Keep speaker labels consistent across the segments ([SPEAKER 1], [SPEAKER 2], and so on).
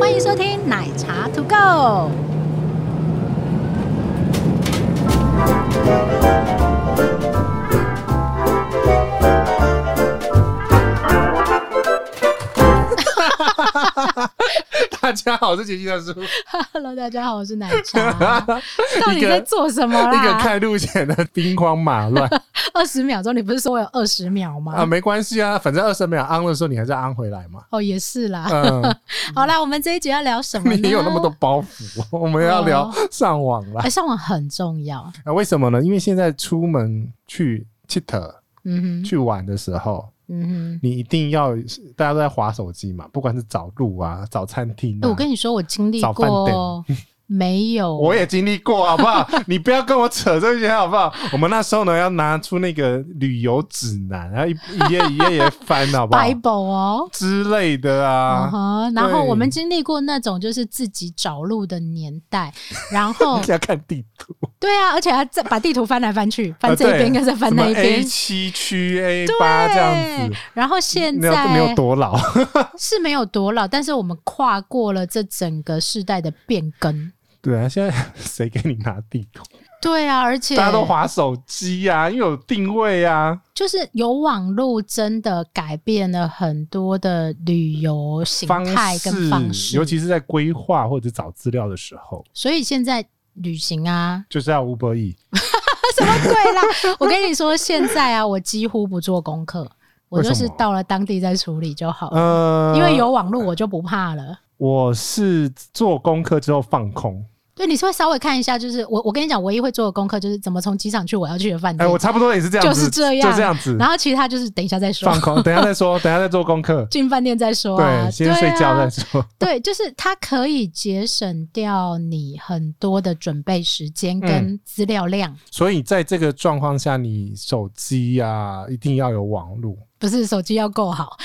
[SPEAKER 1] 欢迎收听奶茶 To Go。
[SPEAKER 2] 大家好，我是杰西大叔。一
[SPEAKER 1] Hello，大家好，我是奶 茶。 到底在做什么
[SPEAKER 2] 个
[SPEAKER 1] 啦？
[SPEAKER 2] 看路前的兵荒马 乱
[SPEAKER 1] 二十秒钟，你不是说我有二十秒吗？
[SPEAKER 2] 啊，没关系啊，反正二十秒 on 的时候你还是 on 回来 嘛。
[SPEAKER 1] 哦，也是啦。
[SPEAKER 2] 嗯，
[SPEAKER 1] 好啦，我们这一集要聊什么呢？
[SPEAKER 2] 你有那么多包袱，我们要聊
[SPEAKER 1] 哦
[SPEAKER 2] 上网啦
[SPEAKER 1] 哎、。上网很重要。
[SPEAKER 2] 啊，为什么呢？因为现在出门去 c h i
[SPEAKER 1] 嗯哼，
[SPEAKER 2] 去玩的时候，
[SPEAKER 1] 嗯
[SPEAKER 2] 你一定要大家都在划手机嘛，不管是找路啊、找餐厅、
[SPEAKER 1] 哼。
[SPEAKER 2] 啊。
[SPEAKER 1] 哎我跟你说，我经历
[SPEAKER 2] 早饭
[SPEAKER 1] 过，没有，
[SPEAKER 2] 我也经历过，好 不好？你不要跟我扯这些，好不好？我们那时候呢，要拿出那个旅游指南，然后一一页一页也翻，好不好？
[SPEAKER 1] Bible 哦。
[SPEAKER 2] 之类的
[SPEAKER 1] 嗯
[SPEAKER 2] 啊。
[SPEAKER 1] 哼，然后
[SPEAKER 2] 对
[SPEAKER 1] 我们经历过那种就是自己找路的年代，然 后
[SPEAKER 2] 要看地图，
[SPEAKER 1] 对啊，而且还在把地图翻来翻去，翻
[SPEAKER 2] 呃
[SPEAKER 1] 这一边
[SPEAKER 2] 对
[SPEAKER 1] 跟再翻那一边
[SPEAKER 2] A。七区、A 八这样子
[SPEAKER 1] 对。然后现
[SPEAKER 2] 你有你有
[SPEAKER 1] 在
[SPEAKER 2] 多老？
[SPEAKER 1] 是没有多老，但是我们跨过了这整个世代的变更。
[SPEAKER 2] 对啊，现在 谁给你拿地图？
[SPEAKER 1] 对啊，而且
[SPEAKER 2] 大家都划手机啊，因为有定位啊。
[SPEAKER 1] 就是有网络，真的改变了很多的旅游形
[SPEAKER 2] 方
[SPEAKER 1] 态跟方式，
[SPEAKER 2] 尤其是在规划或者找资料的时候，，
[SPEAKER 1] 所以现在旅行啊
[SPEAKER 2] 就是要 Uber E。
[SPEAKER 1] 什么鬼啦？我跟你说，现在啊，我几乎不做功课，我
[SPEAKER 2] 为什
[SPEAKER 1] 就
[SPEAKER 2] 么
[SPEAKER 1] 是到了当地再处理就好了，
[SPEAKER 2] 呃，
[SPEAKER 1] 因为有网络我就不怕了。
[SPEAKER 2] 我是做功课之后放空。
[SPEAKER 1] 对，你是会稍微看一下，就是我我跟你讲，唯一会做的功课就是怎么从机场去我要去的饭
[SPEAKER 2] 哎、
[SPEAKER 1] 店，
[SPEAKER 2] 我差不多也是这样
[SPEAKER 1] 就
[SPEAKER 2] 子，
[SPEAKER 1] 是这样
[SPEAKER 2] 就这样子
[SPEAKER 1] 然后其他就是等一下再说，
[SPEAKER 2] 放空。等一下再说，等一下再做功课。
[SPEAKER 1] 进饭店再说啊，
[SPEAKER 2] 对，先睡觉再说。
[SPEAKER 1] 对,、啊、对，就是它可以节省掉你很多的准备时间
[SPEAKER 2] 嗯
[SPEAKER 1] 跟资料量，
[SPEAKER 2] 所以在这个状况下，你手机啊一定要有网路。
[SPEAKER 1] 不是手机要够好，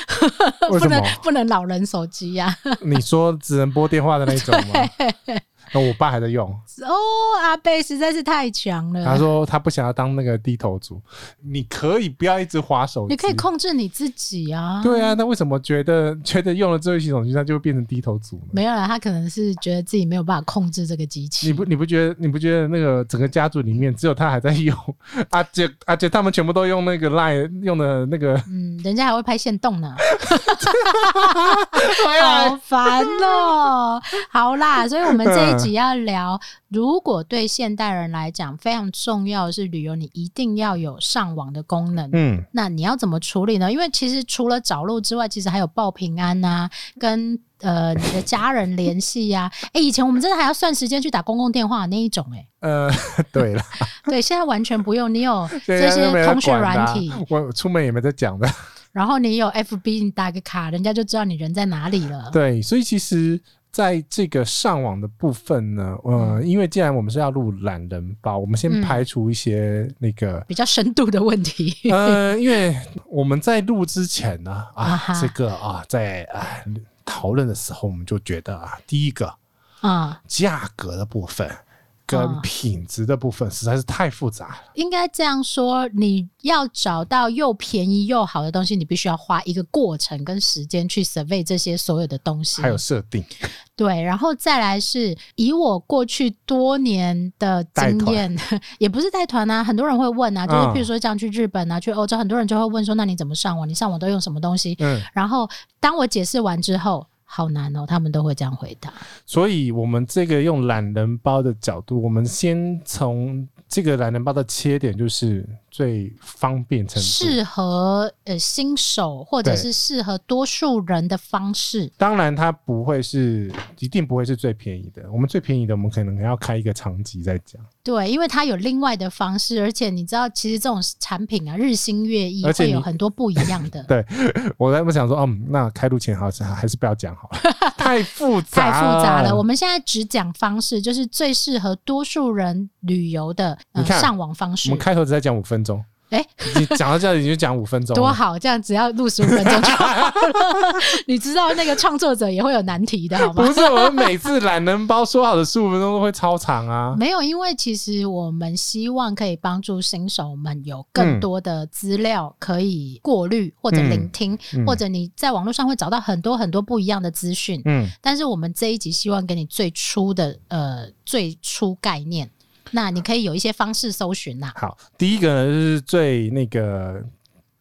[SPEAKER 1] 不
[SPEAKER 2] 为什么
[SPEAKER 1] 能？不能老人手机呀、
[SPEAKER 2] 你说只能拨电话的那种吗？ 那我爸还在用，
[SPEAKER 1] 哦，阿贝实在是太强了，
[SPEAKER 2] 他说他不想要当那个低头族。你可以不要一直划手机，
[SPEAKER 1] 你可以。控制你自己啊。
[SPEAKER 2] 对啊，那为什么觉得觉得用了智慧型手机，他就会变成低头族呢？
[SPEAKER 1] 没有啦，他可能是觉得自己没有办法控制这个机器。
[SPEAKER 2] 你不你不觉得你不觉得那个整个家族里面只有他还在用阿姐阿姐他们全部都用那个 Line 用的那个
[SPEAKER 1] 嗯，人家还会拍线动呢，
[SPEAKER 2] 回
[SPEAKER 1] 好 烦
[SPEAKER 2] 嗯
[SPEAKER 1] 哦、好啦，所以我们这一集要聊，如果对现代人来讲非常重要的是旅游，你一定要有上网的功能。
[SPEAKER 2] 嗯，
[SPEAKER 1] 那你要怎么处理呢？因为其实除了找路之外，其实还有报平安啊，跟呃你的家人联系 呀。哎、以前我们真的还要算时间去打公共电话那一种、 欸，
[SPEAKER 2] 呃，对了，
[SPEAKER 1] 对，现在完全不用。你有这
[SPEAKER 2] 现在
[SPEAKER 1] 些
[SPEAKER 2] 都没人
[SPEAKER 1] 通讯
[SPEAKER 2] 管的啊
[SPEAKER 1] 软体，哦
[SPEAKER 2] 我出门也没在讲的。
[SPEAKER 1] 然后你有 FB，你打个卡，人家就知道你人在哪里了。
[SPEAKER 2] 对，所以其实在这个上网的部分呢，呃，因为既然我们是要录懒人包，我们先
[SPEAKER 1] 嗯
[SPEAKER 2] 排除一些那 个。
[SPEAKER 1] 比较深度的问题。
[SPEAKER 2] 呃，因为我们在录之前呢，
[SPEAKER 1] 啊
[SPEAKER 2] 啊
[SPEAKER 1] 哈，
[SPEAKER 2] 这个啊，在啊讨论的时候，我们就觉得啊，第一个
[SPEAKER 1] 啊、
[SPEAKER 2] 价格的部分
[SPEAKER 1] 嗯
[SPEAKER 2] 跟品质的部分实在是太复杂了。
[SPEAKER 1] 应该这样说，你要找到又便宜又好的东西，你必须要花一个过程跟时间去 survey 这些所有的东西。
[SPEAKER 2] 还有设定，
[SPEAKER 1] 对，然后再来是以我过去多年的经验， 也不是带团啊，很多人会问啊，就是
[SPEAKER 2] 嗯
[SPEAKER 1] 譬如说像去日本啊、去欧洲，很多人就会问说，那你怎么上网？你上网都用什么东西？
[SPEAKER 2] 嗯，
[SPEAKER 1] 然后当我解释完之后。好难哦，他们都会这样回答。
[SPEAKER 2] 所以我们这个用懒人包的角度，我们先从这个懒人包的切点，就是最方便程度。
[SPEAKER 1] 适合呃新手或者
[SPEAKER 2] 对
[SPEAKER 1] 是适合多数人的方式，
[SPEAKER 2] 当然它不会是，一定不会是最便宜的。我们最便宜的，我们可能要开一个长集再讲。
[SPEAKER 1] 对，因为它有另外的方式，而且你知道，其实这种产品啊，日新月异，
[SPEAKER 2] 而且
[SPEAKER 1] 会
[SPEAKER 2] 你。
[SPEAKER 1] 有很多不一样的
[SPEAKER 2] 我在我想说，嗯，那开录前好像还是不要讲好 了，太复
[SPEAKER 1] 太
[SPEAKER 2] 杂，
[SPEAKER 1] 复杂了，我们现在只讲方式，就是最适合多数人旅游的、呃、
[SPEAKER 2] 你看
[SPEAKER 1] 上网方
[SPEAKER 2] 我
[SPEAKER 1] 式
[SPEAKER 2] 们。开头只在讲五分钟，
[SPEAKER 1] 哎、
[SPEAKER 2] 你讲到这里你就讲五分钟了，
[SPEAKER 1] 多好，这样只要录十五分钟就好了。 你知道那个创作者也会有难题的，好吗？
[SPEAKER 2] 不是，我们每次懒人包说好的十五分钟都会超长啊。
[SPEAKER 1] 没有，因为其实我们希望可以帮助新手们有更多的资料可以过滤或者聆听，
[SPEAKER 2] 嗯嗯嗯
[SPEAKER 1] 或者你在网络上会找到很多很多不一样的资讯。
[SPEAKER 2] 嗯，
[SPEAKER 1] 但是我们这一集希望给你最初的呃最初概念，那你可以有一些方式搜寻啊啦、
[SPEAKER 2] 好，第一个呢就是最那个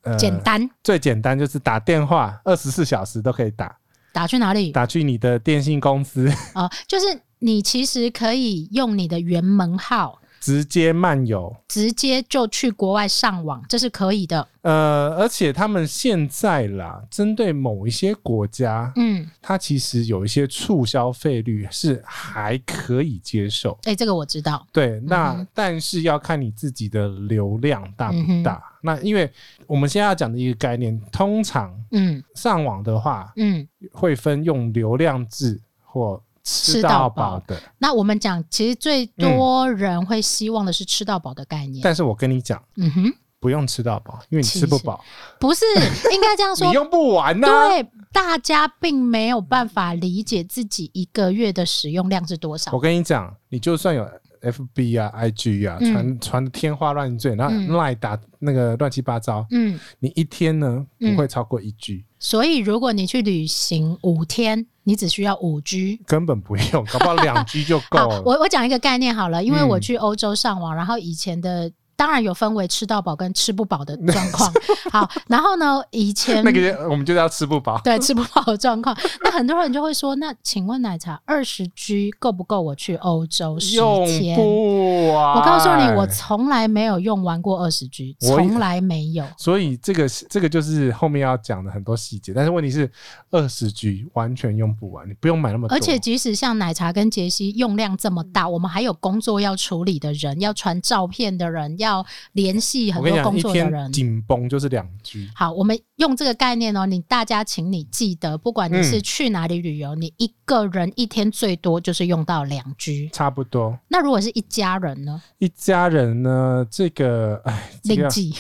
[SPEAKER 2] 呃
[SPEAKER 1] 简，单
[SPEAKER 2] 最简单就是打电话，二十四小时都可以打，
[SPEAKER 1] 打去哪里？
[SPEAKER 2] 打去你的电信公司，
[SPEAKER 1] 哦，就是你其实可以用你的原门号
[SPEAKER 2] 直接漫游。
[SPEAKER 1] 直接就去国外上网，这是可以的。
[SPEAKER 2] 呃，而且他们现在啦，针对某一些国家，
[SPEAKER 1] 嗯，
[SPEAKER 2] 它其实有一些促消费率是还可以接受。
[SPEAKER 1] 哎、这个我知道。
[SPEAKER 2] 对，那、
[SPEAKER 1] 嗯哼
[SPEAKER 2] 但是要看你自己的流量大
[SPEAKER 1] 嗯哼
[SPEAKER 2] 不大。那因为我们现在要讲的一个概念，通常
[SPEAKER 1] 嗯
[SPEAKER 2] 上网的话
[SPEAKER 1] 嗯，
[SPEAKER 2] 会分用流量制或
[SPEAKER 1] 吃
[SPEAKER 2] 吃
[SPEAKER 1] 到
[SPEAKER 2] 到
[SPEAKER 1] 饱
[SPEAKER 2] 饱嗯的。
[SPEAKER 1] 那我们讲，其实最多人会希望的是吃到饱的概念。
[SPEAKER 2] 但是我跟你讲，
[SPEAKER 1] 嗯哼，
[SPEAKER 2] 不用吃到饱，因为你
[SPEAKER 1] 其
[SPEAKER 2] 吃不
[SPEAKER 1] 实
[SPEAKER 2] 饱，
[SPEAKER 1] 不是，应该这样
[SPEAKER 2] 你
[SPEAKER 1] 说。
[SPEAKER 2] 用不完啊呢、
[SPEAKER 1] 对，大家并没有办法理解自己一个月的使用量是多
[SPEAKER 2] 我
[SPEAKER 1] 少。
[SPEAKER 2] 跟你讲，你就算有 FB 啊、IG 啊，
[SPEAKER 1] 嗯
[SPEAKER 2] 传传的天花乱坠，然后
[SPEAKER 1] 嗯
[SPEAKER 2] 乱打那个乱七八糟，
[SPEAKER 1] 嗯，
[SPEAKER 2] 你一天呢
[SPEAKER 1] 嗯
[SPEAKER 2] 不会超过一 G，
[SPEAKER 1] 所以如果你去旅行五天，你只需要五 G。
[SPEAKER 2] 根本不用，搞不好两 G 就 够
[SPEAKER 1] 好，
[SPEAKER 2] 了。
[SPEAKER 1] 啊我我讲一个概念好了，因为
[SPEAKER 2] 嗯
[SPEAKER 1] 我去欧洲上网，然后以前的当然有分为吃到饱跟吃不饱的状 况。好，然后呢，以前
[SPEAKER 2] 那个我们就是要吃不饱，
[SPEAKER 1] 对吃不饱的状况，那很多人就会说，那请问奶茶二十 G 够不够我去欧洲十
[SPEAKER 2] 用
[SPEAKER 1] 天？
[SPEAKER 2] 不完。
[SPEAKER 1] 我告诉你，我从来没有用完过二十 G，
[SPEAKER 2] 哎我也
[SPEAKER 1] 从来没有。
[SPEAKER 2] 所以这个这个就是后面要讲的很多细节，但是问题是二十 G 完全用不完，你不用买那么多。
[SPEAKER 1] 而且即使像奶茶跟杰西用量这么大，我们还有工作要处理的人，要传照片的人，要联系
[SPEAKER 2] 我
[SPEAKER 1] 很
[SPEAKER 2] 跟你
[SPEAKER 1] 多
[SPEAKER 2] 讲，
[SPEAKER 1] 工
[SPEAKER 2] 一
[SPEAKER 1] 作的
[SPEAKER 2] 天
[SPEAKER 1] 人。
[SPEAKER 2] 紧绷就是两 G。
[SPEAKER 1] 好，我们用这个概念哦，你大家请你记得，不管你
[SPEAKER 2] 嗯
[SPEAKER 1] 是去哪里旅游，你一个人一天最多就是用到两 G。
[SPEAKER 2] 差不多，
[SPEAKER 1] 那如果是一家人呢？
[SPEAKER 2] 一家人呢，这个哎，这个
[SPEAKER 1] 另
[SPEAKER 2] 要
[SPEAKER 1] 计。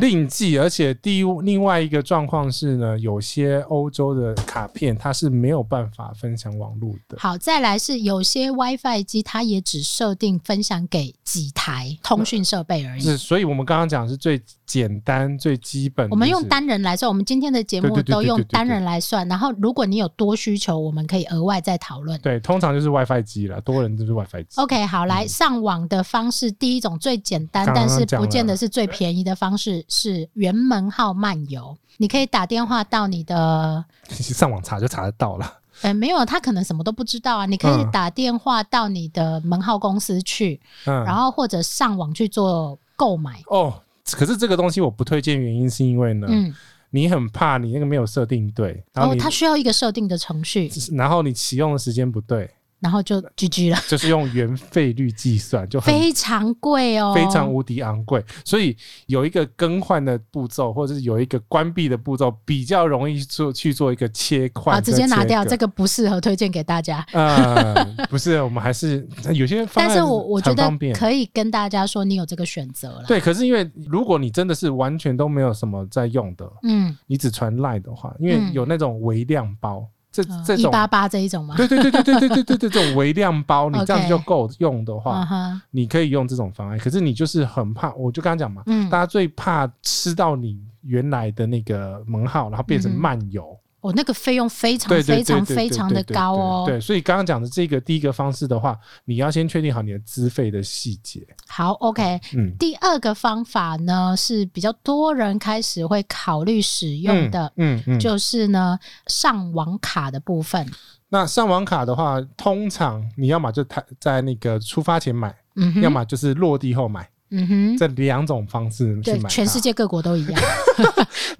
[SPEAKER 2] 另计，而且第一另外一个状况是呢，有些欧洲的卡片它是没有办法分享网络的。
[SPEAKER 1] 好，再来是有些 WiFi 机，它也只设定分享给几台通讯设备而已。
[SPEAKER 2] 是，所以我们刚刚讲的是最简单、最基本的就是。
[SPEAKER 1] 我们用单人来算，我们今天的节目
[SPEAKER 2] 对对对对
[SPEAKER 1] 都用
[SPEAKER 2] 对对对
[SPEAKER 1] 单人来算。然后，如果你有多需求，我们可以额外再讨论。
[SPEAKER 2] 对，通常就是 WiFi 机了，多人就是 WiFi 机。
[SPEAKER 1] OK，好，来上网的方式，第一种最简单，
[SPEAKER 2] 刚刚
[SPEAKER 1] 但是
[SPEAKER 2] 讲
[SPEAKER 1] 不见
[SPEAKER 2] 了
[SPEAKER 1] 得是最便宜的方式是原门号漫游。你可以打电话到你的，
[SPEAKER 2] 上网查就查得到了。
[SPEAKER 1] 呃，没有，他可能什么都不知道啊。你可以
[SPEAKER 2] 嗯
[SPEAKER 1] 打电话到你的门号公司去，
[SPEAKER 2] 嗯，
[SPEAKER 1] 然后或者上网去做购买。
[SPEAKER 2] 哦，可是这个东西我不推荐，原因是因为呢，
[SPEAKER 1] 嗯，
[SPEAKER 2] 你很怕你那个没有设定对，然后
[SPEAKER 1] 哦，
[SPEAKER 2] 你、
[SPEAKER 1] 它需要一个设定的程序，
[SPEAKER 2] 然后你启用的时间不对，
[SPEAKER 1] 然后就 GG 了，
[SPEAKER 2] 就是用原费率计算，就很
[SPEAKER 1] 非常贵哦，
[SPEAKER 2] 非常无敌昂贵，所以有一个更换的步骤，或者是有一个关闭的步骤，比较容易做去做一个切换
[SPEAKER 1] 啊，
[SPEAKER 2] 跟切
[SPEAKER 1] 直
[SPEAKER 2] 割，
[SPEAKER 1] 接拿掉，这个不适合推荐给大家。
[SPEAKER 2] 呃，不是，我们还是有些方
[SPEAKER 1] 但
[SPEAKER 2] 案
[SPEAKER 1] 是我我觉
[SPEAKER 2] 很
[SPEAKER 1] 得
[SPEAKER 2] 方便
[SPEAKER 1] 可以跟大家说，你有这个选择了。
[SPEAKER 2] 对，可是因为如果你真的是完全都没有什么在用的，
[SPEAKER 1] 嗯，
[SPEAKER 2] 你只传赖的话，因为
[SPEAKER 1] 嗯
[SPEAKER 2] 有那种微量包，这这
[SPEAKER 1] 呃一
[SPEAKER 2] 种
[SPEAKER 1] 八八这一种吗？
[SPEAKER 2] 对对对对对对对对对，这种微量 包你这样
[SPEAKER 1] OK
[SPEAKER 2] 子就够用的话
[SPEAKER 1] 嗯哼，
[SPEAKER 2] 你可以用这种方案，可是你就是很怕，我就刚刚讲嘛，
[SPEAKER 1] 嗯
[SPEAKER 2] 大家最怕吃到你原来的那个门号，然后变成漫游，
[SPEAKER 1] 我那个费用非常
[SPEAKER 2] 对对
[SPEAKER 1] 嗯哦非
[SPEAKER 2] 对对
[SPEAKER 1] 常
[SPEAKER 2] 对
[SPEAKER 1] 非常的高
[SPEAKER 2] 对，
[SPEAKER 1] 哦。
[SPEAKER 2] 对所以刚刚讲的这个第一个方式的话，你要先确定好你的资费的细节，
[SPEAKER 1] 好，OK。
[SPEAKER 2] 嗯，
[SPEAKER 1] 第二个方法呢是比较多人开始会考虑使用的，
[SPEAKER 2] 嗯，嗯嗯。
[SPEAKER 1] 就是呢上网卡的部分。
[SPEAKER 2] 那上网卡的话，通常你要么就台在那个出发前买，
[SPEAKER 1] 嗯
[SPEAKER 2] 要
[SPEAKER 1] 哼，
[SPEAKER 2] 么就是落地后买，
[SPEAKER 1] 嗯哼，
[SPEAKER 2] 这两种方式去
[SPEAKER 1] 对
[SPEAKER 2] 买，它。
[SPEAKER 1] 全世界各国都 一样。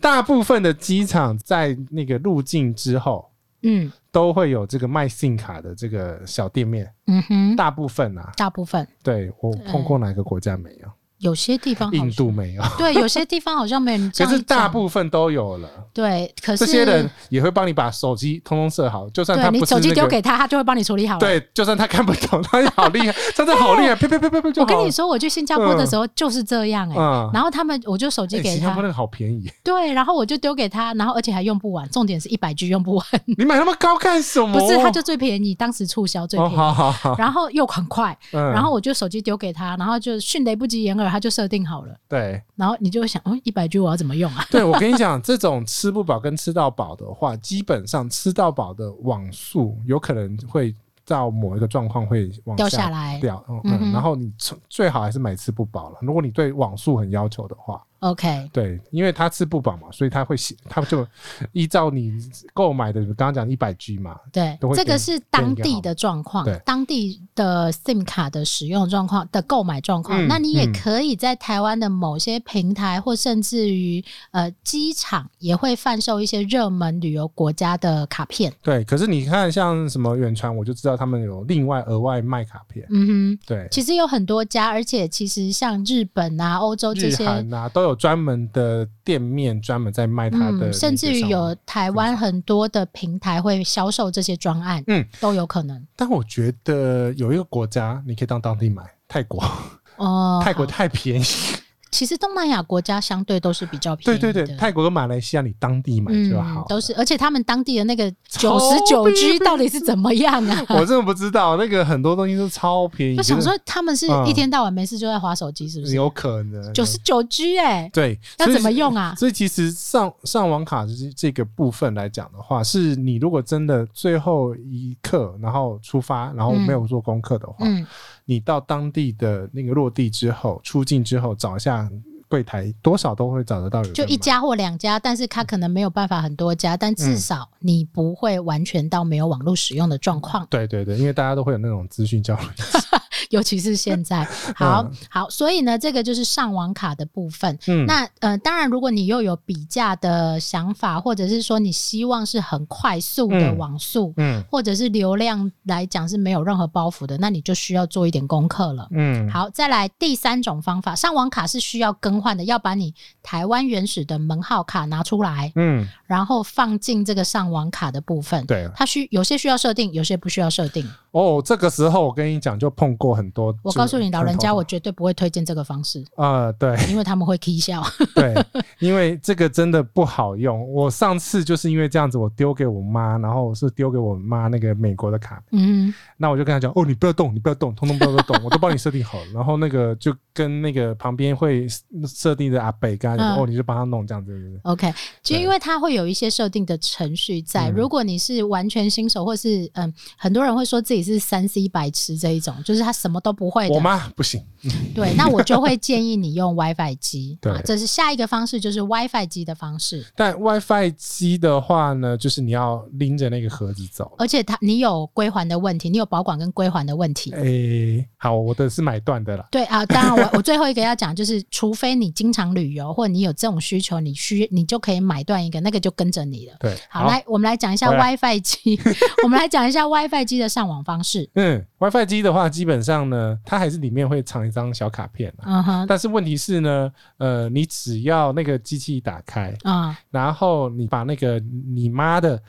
[SPEAKER 2] 大部分的机场在那个入境之后。
[SPEAKER 1] 嗯
[SPEAKER 2] 都会有这个卖信卡的这个小店面，
[SPEAKER 1] 嗯哼，
[SPEAKER 2] 大部分啊，
[SPEAKER 1] 大部分
[SPEAKER 2] 对我碰过哪个国家没有？
[SPEAKER 1] 有些地哦方好像
[SPEAKER 2] 印度没有，
[SPEAKER 1] 对，有些地方好像没有。你这
[SPEAKER 2] 可
[SPEAKER 1] 样
[SPEAKER 2] 是
[SPEAKER 1] 一
[SPEAKER 2] 大
[SPEAKER 1] 讲
[SPEAKER 2] 部分都有了。
[SPEAKER 1] 对，可
[SPEAKER 2] 这
[SPEAKER 1] 是
[SPEAKER 2] 些人也会帮你把手机通通设好，就算他
[SPEAKER 1] 对
[SPEAKER 2] 不
[SPEAKER 1] 你
[SPEAKER 2] 是
[SPEAKER 1] 手机
[SPEAKER 2] 那
[SPEAKER 1] 丢
[SPEAKER 2] 个
[SPEAKER 1] 给他，他就会帮你处理好了。哎
[SPEAKER 2] 对，就算他看不懂，他也好 厉害，真的好厉害，呸呸呸呸呸就
[SPEAKER 1] 我
[SPEAKER 2] 好
[SPEAKER 1] 跟
[SPEAKER 2] 了。
[SPEAKER 1] 你说，我去新加坡的时候就是这样哎、
[SPEAKER 2] 嗯
[SPEAKER 1] 然后他们我就手机
[SPEAKER 2] 哎
[SPEAKER 1] 给
[SPEAKER 2] 新
[SPEAKER 1] 他，
[SPEAKER 2] 加坡那个好便宜，
[SPEAKER 1] 对，然后我就丢给他，然后而且还用不完，重点是一百 G 用不完，
[SPEAKER 2] 你买那么高干什 么？
[SPEAKER 1] 不是它就最便宜，当时促销最
[SPEAKER 2] 哦，
[SPEAKER 1] 便宜，
[SPEAKER 2] 好好 好，
[SPEAKER 1] 然后又很快，
[SPEAKER 2] 嗯
[SPEAKER 1] 然后我就手机丢给他，然后就迅雷不及掩耳，他就设定好了，
[SPEAKER 2] 对
[SPEAKER 1] 然后你就会想，哦，一百 G 我要怎么用啊？
[SPEAKER 2] 对，我跟你讲，这种吃不饱跟吃到饱的话，基本上吃到饱的网速有可能会到某一个状况会往
[SPEAKER 1] 掉下来
[SPEAKER 2] 掉，嗯，
[SPEAKER 1] 嗯哼
[SPEAKER 2] 嗯然后你最最好还是买吃不饱了。如果你对网速很要求的话，
[SPEAKER 1] ，OK，
[SPEAKER 2] 对，因为他吃不饱嘛，所以他会写，他就依照你购买的，刚刚讲一百 G 嘛，
[SPEAKER 1] 对
[SPEAKER 2] 都，会
[SPEAKER 1] 这
[SPEAKER 2] 给
[SPEAKER 1] 个
[SPEAKER 2] 你
[SPEAKER 1] 是当
[SPEAKER 2] 给你一个好
[SPEAKER 1] 地的状况
[SPEAKER 2] 对，
[SPEAKER 1] 当地的 SIM 卡的使用状况的购买状况。
[SPEAKER 2] 嗯
[SPEAKER 1] 那你也
[SPEAKER 2] 嗯
[SPEAKER 1] 可以在台湾的某些平台，或甚至于呃机场也会贩售一些热门旅游国家的卡片。
[SPEAKER 2] 对，可是你看，像什么远传，我就知道他们有另外额外卖卡片，
[SPEAKER 1] 嗯哼，
[SPEAKER 2] 对，
[SPEAKER 1] 其实有很多家，而且其实像日本啊、欧洲这
[SPEAKER 2] 日
[SPEAKER 1] 些。
[SPEAKER 2] 韩啊都有专门的店面专门在卖它的、
[SPEAKER 1] 嗯，甚至于有。台湾很多的平台会销售这些专案，
[SPEAKER 2] 嗯，
[SPEAKER 1] 都有可能。
[SPEAKER 2] 但我觉得有一个国家你可以当当地买，泰国，
[SPEAKER 1] 哦、
[SPEAKER 2] 泰国
[SPEAKER 1] 好
[SPEAKER 2] 太便宜。
[SPEAKER 1] 其实东南亚国家相对都是比较便
[SPEAKER 2] 对
[SPEAKER 1] 宜
[SPEAKER 2] 对
[SPEAKER 1] 的。
[SPEAKER 2] 对，泰国跟马来西亚你当地买就好
[SPEAKER 1] 嗯
[SPEAKER 2] 了。
[SPEAKER 1] 都是，而且他们当地的那个
[SPEAKER 2] 超
[SPEAKER 1] 九十九 G 到底是怎么样啊？
[SPEAKER 2] 我真的不知道，那个很多东西都超便宜。
[SPEAKER 1] 就想
[SPEAKER 2] 真的
[SPEAKER 1] 说他们是
[SPEAKER 2] 嗯
[SPEAKER 1] 一天到晚没事就在划手机，是不是？
[SPEAKER 2] 有可能
[SPEAKER 1] 九十九 G 哎，
[SPEAKER 2] 对，
[SPEAKER 1] 要
[SPEAKER 2] 所以
[SPEAKER 1] 怎么用啊？
[SPEAKER 2] 所以其实上上网卡这这个部分来讲的话，是你如果真的最后一刻然后出发，然后没有做功课的话，
[SPEAKER 1] 嗯，
[SPEAKER 2] 你到当地的那个落地之后，出境之后找一下柜台，多少都会找得到有人
[SPEAKER 1] 就一
[SPEAKER 2] 买。嗯
[SPEAKER 1] 家或两家，但是他可能没有办法很多家，但至少你不会完全到没有网络使用的状况，
[SPEAKER 2] 对对对，因为大家都会有那种资讯交流。
[SPEAKER 1] 尤其是现在。好好，所以呢，这个就是上网卡的部分。
[SPEAKER 2] 嗯，
[SPEAKER 1] 那呃，当然，如果你又有比价的想法，或者是说你希望是很快速的
[SPEAKER 2] 嗯
[SPEAKER 1] 网速，
[SPEAKER 2] 嗯
[SPEAKER 1] 或者是流量来讲是没有任何包袱的，那你就需要做一点功课了。
[SPEAKER 2] 嗯，
[SPEAKER 1] 好，再来第三种方法，上网卡是需要更换的，要把你台湾原始的门号卡拿出来，
[SPEAKER 2] 嗯，
[SPEAKER 1] 然后放进这个上网卡的部分。
[SPEAKER 2] 对
[SPEAKER 1] 它需有些需要设定，有些不需要设定。
[SPEAKER 2] 哦，这个时候我跟你讲，就碰过很多。
[SPEAKER 1] 我告诉你，老人家，
[SPEAKER 2] 就
[SPEAKER 1] 我绝对不会推荐这个方式，
[SPEAKER 2] 呃，对，
[SPEAKER 1] 因为他们会 k 笑。
[SPEAKER 2] 对，因为这个真的不好用。我上次就是因为这样子，我丢给我妈，然后是丢给我妈那个美国的卡，
[SPEAKER 1] 嗯，
[SPEAKER 2] 那我就跟她讲，哦，你不要动，你不要动，通通不要动，我都帮你设定好了。然后那个就跟那个旁边会设定的阿北跟他讲，
[SPEAKER 1] 嗯
[SPEAKER 2] 哦，你就帮他弄这样子。对对
[SPEAKER 1] OK，就
[SPEAKER 2] 对
[SPEAKER 1] 因为它会有一些设定的程序在。
[SPEAKER 2] 嗯
[SPEAKER 1] 如果你是完全新手，或是嗯，很多人会说自己是三 C 白痴这一种，就是他什么都不会
[SPEAKER 2] 对我
[SPEAKER 1] 的。
[SPEAKER 2] 妈不行，
[SPEAKER 1] 对，那我就会建议你用 WiFi 机。
[SPEAKER 2] 对
[SPEAKER 1] 啊，这是下一个方式，就是 WiFi 机的方式。
[SPEAKER 2] 但 WiFi 机的话呢，就是你要拎着那个盒子走。
[SPEAKER 1] 而且它你有归还的问题，你有保管跟归还的问题。
[SPEAKER 2] 哎诶、好，我的是买断的啦。
[SPEAKER 1] 对啊，当然我我最后一个要讲就是，除非你经常旅游或你有这种需求，你需你就可以买断一个，那个就跟着你了。
[SPEAKER 2] 对，
[SPEAKER 1] 好，来，我们来讲一下
[SPEAKER 2] 回来
[SPEAKER 1] WiFi 机，我们来讲一下 WiFi 机的上网方式。
[SPEAKER 2] 嗯，WiFi 机的话，基本上呢，它还是里面会藏一张小卡片啊。
[SPEAKER 1] 嗯哼，
[SPEAKER 2] 但是问题是呢，呃，你只要那个机器打开，
[SPEAKER 1] 啊、
[SPEAKER 2] 然后你把那个你妈的、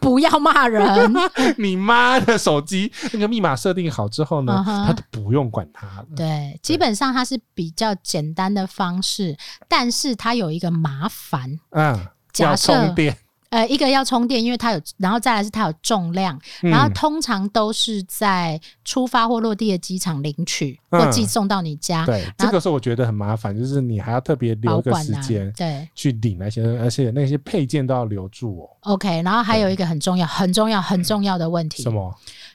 [SPEAKER 1] 不要骂人，
[SPEAKER 2] 你妈的手机那个密码设定好之后呢
[SPEAKER 1] 嗯，哼
[SPEAKER 2] 它就不用管它了。
[SPEAKER 1] 对，基本上它是比较简单的方式，但是它有一个麻烦。
[SPEAKER 2] 嗯，
[SPEAKER 1] 假
[SPEAKER 2] 要
[SPEAKER 1] 设
[SPEAKER 2] 充电，
[SPEAKER 1] 呃，一个要充电，因为它有，然后再来是它有重量，
[SPEAKER 2] 嗯
[SPEAKER 1] 然后通常都是在出发或落地的机场领取、
[SPEAKER 2] 嗯
[SPEAKER 1] 或寄送到你家，
[SPEAKER 2] 对，这个时候我觉得很麻烦，就是你还要特别留
[SPEAKER 1] 保
[SPEAKER 2] 一个
[SPEAKER 1] 管
[SPEAKER 2] 时
[SPEAKER 1] 啊
[SPEAKER 2] 间，
[SPEAKER 1] 对
[SPEAKER 2] 去领那些，而且那些配件都要留住哦。
[SPEAKER 1] ，OK。然后还有一个很重要、很重要、很重要的问题
[SPEAKER 2] 什，么？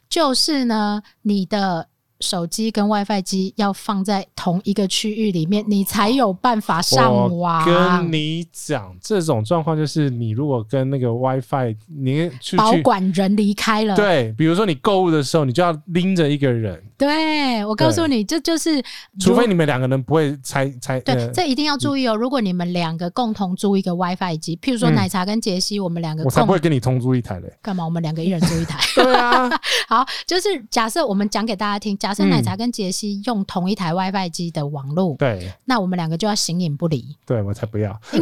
[SPEAKER 1] 就是呢，你的。手机跟 WiFi 机要放在同一个区域里面，你才有办法上网。
[SPEAKER 2] 我跟你讲，这种状况就是你如果跟那个 WiFi，你去
[SPEAKER 1] 保
[SPEAKER 2] 去
[SPEAKER 1] 管人离开了，
[SPEAKER 2] 对，比如说你购物的时候，你就要拎着一个人，
[SPEAKER 1] 对，我告诉
[SPEAKER 2] 对
[SPEAKER 1] 你，这就是
[SPEAKER 2] 除
[SPEAKER 1] 如
[SPEAKER 2] 非你们两个人不会拆拆。
[SPEAKER 1] 对，
[SPEAKER 2] 呃
[SPEAKER 1] 这一定要注意哦。如果你们两个共同租一个 WiFi 机，譬如说
[SPEAKER 2] 嗯
[SPEAKER 1] 奶茶跟杰西，我们两个
[SPEAKER 2] 我才不
[SPEAKER 1] 共
[SPEAKER 2] 会跟你同租一台 嘞。
[SPEAKER 1] 干嘛？我们两个一人租一 台。
[SPEAKER 2] 对啊，
[SPEAKER 1] 好，就是假设我们讲给大家听，假设
[SPEAKER 2] 嗯
[SPEAKER 1] 奶茶跟杰西用同一台 WiFi 机的网络，
[SPEAKER 2] 对
[SPEAKER 1] 那我们两个就要形影不离。
[SPEAKER 2] 对，我才不要。
[SPEAKER 1] 因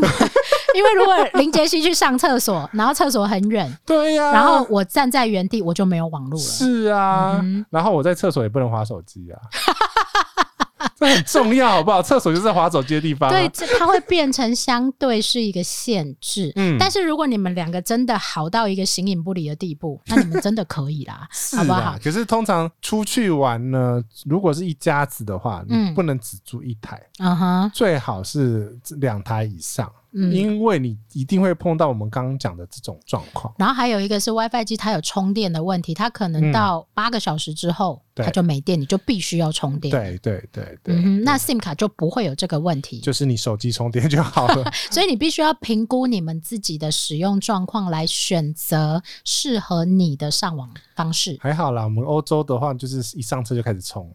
[SPEAKER 1] 为如果林杰西去上厕所，然后厕所很远，
[SPEAKER 2] 对呀、
[SPEAKER 1] 然后我站在原地，我就没有网络了。
[SPEAKER 2] 嗯是啊，
[SPEAKER 1] 嗯
[SPEAKER 2] 然后我在厕所也不能划手机啊， 这很重要，好不好？厕所就是划手机的地方、啊。
[SPEAKER 1] 对，这它会变成相对是一个限制。
[SPEAKER 2] 嗯
[SPEAKER 1] 但是如果你们两个真的好到一个形影不离的地 步，那你们真的可以啦，
[SPEAKER 2] 是
[SPEAKER 1] 好不
[SPEAKER 2] 啊
[SPEAKER 1] 好？
[SPEAKER 2] 可是通常出去玩呢，如果是一家子的话，你
[SPEAKER 1] 嗯
[SPEAKER 2] 不能只租一台，
[SPEAKER 1] 嗯哼，
[SPEAKER 2] 最好是两台以上，
[SPEAKER 1] 嗯。
[SPEAKER 2] 因为你一定会碰到我们刚刚讲的这种状况。
[SPEAKER 1] 然后还有一个是 WiFi 机，它有充电的问题，它可能
[SPEAKER 2] 嗯
[SPEAKER 1] 到八个小时之后、
[SPEAKER 2] 对
[SPEAKER 1] 它就没电，你就必须要充电。，
[SPEAKER 2] 对对对对，
[SPEAKER 1] 嗯哼，那 SIM 卡就不会有这个问题。
[SPEAKER 2] 就是你手机充电就好 了。
[SPEAKER 1] 所以你必须要评估你们自己的使用状况，来选择适合你的上网方式。
[SPEAKER 2] 还好啦，我们欧洲的话就是一上车就开始充。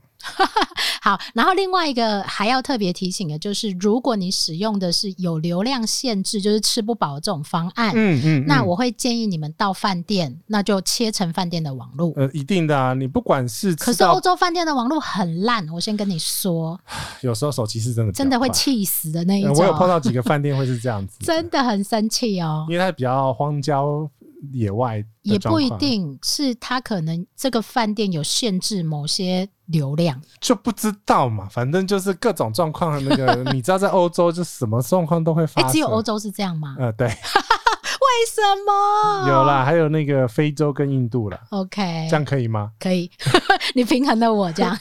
[SPEAKER 1] 好，然后另外一个还要特别提醒的就是，如果你使用的是有流量限制，就是吃不饱的这种方案，
[SPEAKER 2] 嗯嗯，
[SPEAKER 1] 那
[SPEAKER 2] 嗯
[SPEAKER 1] 我会建议你们到饭店，那就切成饭店的网络。
[SPEAKER 2] 呃一定的啊，你不管是
[SPEAKER 1] 可
[SPEAKER 2] 吃
[SPEAKER 1] 是
[SPEAKER 2] 到
[SPEAKER 1] 欧洲饭店的网络很烂，我先跟你说，
[SPEAKER 2] 有时候手机是真的比较
[SPEAKER 1] 真的会
[SPEAKER 2] 快
[SPEAKER 1] 气死的那一
[SPEAKER 2] 呃
[SPEAKER 1] 种。，
[SPEAKER 2] 我有碰到几个饭店会是这样子
[SPEAKER 1] 真的很生气 哦。
[SPEAKER 2] 因为它比较荒郊野外的
[SPEAKER 1] 也不一
[SPEAKER 2] 状况，
[SPEAKER 1] 定是他可能这个饭店有限制某些流量，
[SPEAKER 2] 就不知道嘛。反正就是各种状况，那 个你知道，在欧洲就什么状况都会发
[SPEAKER 1] 哎、
[SPEAKER 2] 生。
[SPEAKER 1] 只有欧，洲是这样吗？
[SPEAKER 2] 呃，对，
[SPEAKER 1] 为什么？
[SPEAKER 2] 有啦，还有那个非洲跟印度啦，
[SPEAKER 1] ，OK，
[SPEAKER 2] 这样可以吗？
[SPEAKER 1] 可以， 你平衡了我这样。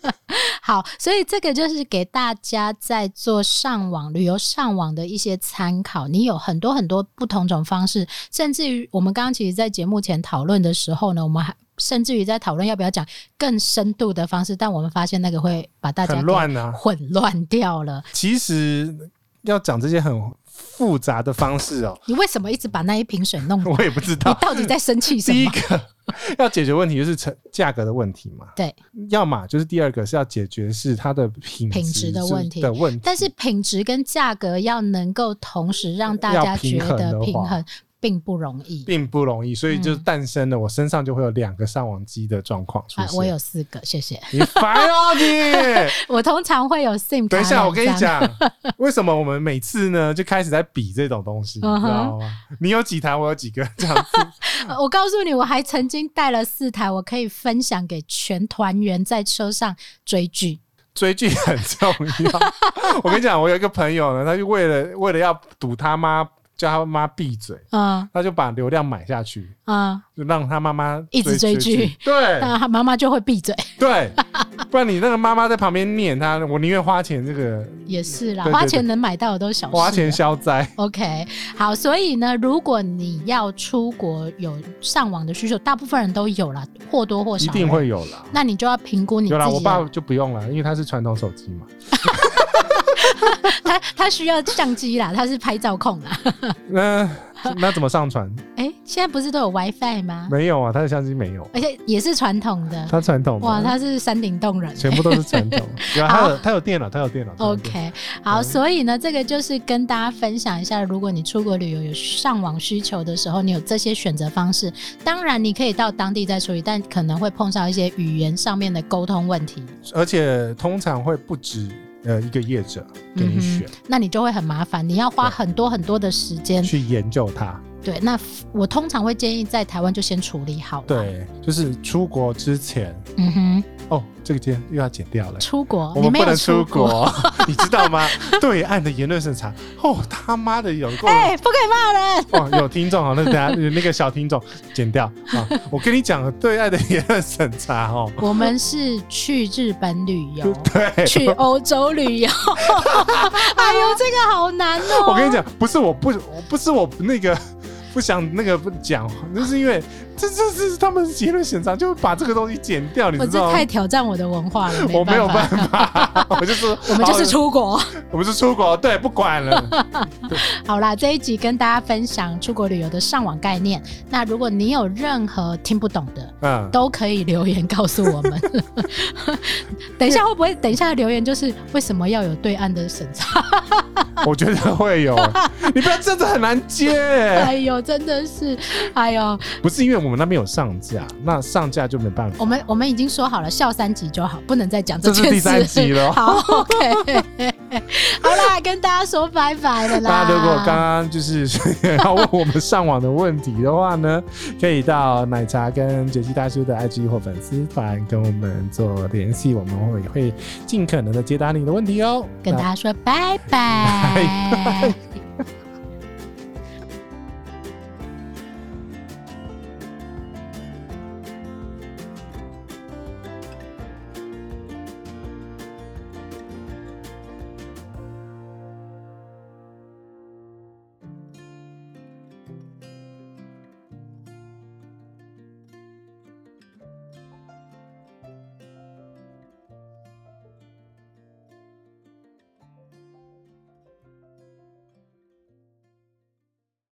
[SPEAKER 1] 好，所以这个就是给大家在做上网旅游上网的一些参考。你有很多很多不同种方式，甚至于我们刚刚其实，在节目前讨论的时候呢，我们还甚至于在讨论要不要讲更深度的方式，但我们发现那个会把大家
[SPEAKER 2] 很
[SPEAKER 1] 给
[SPEAKER 2] 乱啊，
[SPEAKER 1] 混乱掉了。
[SPEAKER 2] 其实要讲这些很复杂的方式哦、
[SPEAKER 1] 你为什么一直把那一瓶水弄倒？
[SPEAKER 2] 我也不知
[SPEAKER 1] 你
[SPEAKER 2] 道。
[SPEAKER 1] 到底在生气什
[SPEAKER 2] 第一
[SPEAKER 1] 么？
[SPEAKER 2] 个要解决问题就是成价格的问题嘛，
[SPEAKER 1] 对，
[SPEAKER 2] 要么就是第二个是要解决是它的品
[SPEAKER 1] 品质的
[SPEAKER 2] 是
[SPEAKER 1] 问题
[SPEAKER 2] 的问题。
[SPEAKER 1] 但是品质跟价格要能够同时让大
[SPEAKER 2] 要
[SPEAKER 1] 家觉
[SPEAKER 2] 平衡
[SPEAKER 1] 得
[SPEAKER 2] 的话
[SPEAKER 1] 平衡，并不容易。
[SPEAKER 2] 并不容易，所以就
[SPEAKER 1] 嗯
[SPEAKER 2] 诞生了我身上就会有两个上网机的状况出
[SPEAKER 1] 啊
[SPEAKER 2] 现。，
[SPEAKER 1] 我有四个，谢谢。
[SPEAKER 2] 你烦 哦你！
[SPEAKER 1] 我通常会有 SIM 卡。
[SPEAKER 2] 等一下，我跟你，讲， 为什么我们每次呢就开始在比这种东西，你
[SPEAKER 1] 嗯
[SPEAKER 2] 知
[SPEAKER 1] 哼
[SPEAKER 2] 道吗？你有几台，我有几个，这 样子。
[SPEAKER 1] 呃我告诉你，我还曾经带了四台，我可以分享给全团员在车上追剧。
[SPEAKER 2] 追剧很重要。 我跟你讲，我有一个朋友呢，他就为了为了要堵他妈，叫他妈闭嘴，
[SPEAKER 1] 嗯
[SPEAKER 2] 他就把流量买下去，
[SPEAKER 1] 嗯，
[SPEAKER 2] 就让他妈妈
[SPEAKER 1] 一直追剧
[SPEAKER 2] 剧。对
[SPEAKER 1] 那他妈妈就会闭嘴，
[SPEAKER 2] 对，不然你那个妈妈在旁边念他，我宁愿花钱这个
[SPEAKER 1] 也是啊啦，
[SPEAKER 2] 对对
[SPEAKER 1] 花
[SPEAKER 2] 对
[SPEAKER 1] 钱能买到的都是小事。
[SPEAKER 2] 花钱消灾。
[SPEAKER 1] OK，好，所以呢，如果你要出国有上网的需求，大部分人都有啦，或多或
[SPEAKER 2] 一
[SPEAKER 1] 少
[SPEAKER 2] 定
[SPEAKER 1] 啦。
[SPEAKER 2] 会有啦。
[SPEAKER 1] 那你就要评估你自
[SPEAKER 2] 有啦，我
[SPEAKER 1] 己啊
[SPEAKER 2] 爸
[SPEAKER 1] 的，
[SPEAKER 2] 就不用了，因为他是传统手机嘛。
[SPEAKER 1] 他他需要相机啦，他是拍照控啦。
[SPEAKER 2] 那那怎么上 传？
[SPEAKER 1] 哎、现在不是都有 WiFi 吗？
[SPEAKER 2] 没有啊，他的相机没有，
[SPEAKER 1] 而且也是传统的，
[SPEAKER 2] 他传统的
[SPEAKER 1] 哎哇，他是山顶洞人。
[SPEAKER 2] 全部都是传统。 有啊他有他有电脑，他有电脑。他有电脑
[SPEAKER 1] OK，好，
[SPEAKER 2] 嗯
[SPEAKER 1] 所以呢，这个就是跟大家分享一下，如果你出国旅游有上网需求的时候，你有这些选择方式。当然，你可以到当地再处理，但可能会碰上一些语言上面的沟通问题。
[SPEAKER 2] 而且通常会不止呃一个业者给你选，
[SPEAKER 1] 嗯那你就会很麻烦，你要花很多很多的时间。
[SPEAKER 2] 去研究它。
[SPEAKER 1] 对，那 f- 我通常会建议在台湾就先处理好。，
[SPEAKER 2] 对，就是出国之前，
[SPEAKER 1] 嗯哼，
[SPEAKER 2] 哦，这个今天又要剪掉了。
[SPEAKER 1] 出国
[SPEAKER 2] 我
[SPEAKER 1] 哦你
[SPEAKER 2] 们
[SPEAKER 1] 没
[SPEAKER 2] 不
[SPEAKER 1] 有
[SPEAKER 2] 能出
[SPEAKER 1] 国，
[SPEAKER 2] 国， 你知道吗？对岸的言论审查，哦他妈的有 够
[SPEAKER 1] 哎、不可以骂人。
[SPEAKER 2] 哦，有听众好，那等下那个小听众剪掉 啊！我跟你讲，对爱的言论审查哦，
[SPEAKER 1] 我们是去日本旅游，
[SPEAKER 2] 对，
[SPEAKER 1] 去欧洲旅 游。哎呦，这个好难哦。
[SPEAKER 2] 我跟你，讲，不是我不，不是我那个不想那个不讲，就是因为这这这是他们言论审查，就把这个东西剪掉，你
[SPEAKER 1] 我
[SPEAKER 2] 知
[SPEAKER 1] 这
[SPEAKER 2] 道吗
[SPEAKER 1] 太？挑战我的文化了，
[SPEAKER 2] 我没有
[SPEAKER 1] 办
[SPEAKER 2] 办法， 我就是
[SPEAKER 1] 我
[SPEAKER 2] 我
[SPEAKER 1] 们就是出国。
[SPEAKER 2] 我们是出国，对，不管了。
[SPEAKER 1] 好啦，这一集跟大家分享出国旅游的上网概念。那如果你有任何听不懂的，
[SPEAKER 2] 嗯，
[SPEAKER 1] 都可以留言告诉我们。 等一下会不会？等一下留言就是为什么要有对岸的审 查？
[SPEAKER 2] 我觉得会 有，你不要这样子很难接。
[SPEAKER 1] 哎呦，真的是，哎呦，
[SPEAKER 2] 不是因为我们那边有上架，那上架就没办法。
[SPEAKER 1] 我们我们已经说好了，笑三集就好，不能再讲
[SPEAKER 2] 这是
[SPEAKER 1] 件事。
[SPEAKER 2] 第三集 了
[SPEAKER 1] 好，OK，好啦，跟大家说拜拜了啦。
[SPEAKER 2] 大家如果刚刚就是要问我们上网的问题的话呢， 可以到奶茶跟杰西大叔的 IG 或粉丝团跟我们做联系，我们会会尽可能的解答你的问题哦。
[SPEAKER 1] 跟大
[SPEAKER 2] 那
[SPEAKER 1] 家说拜拜。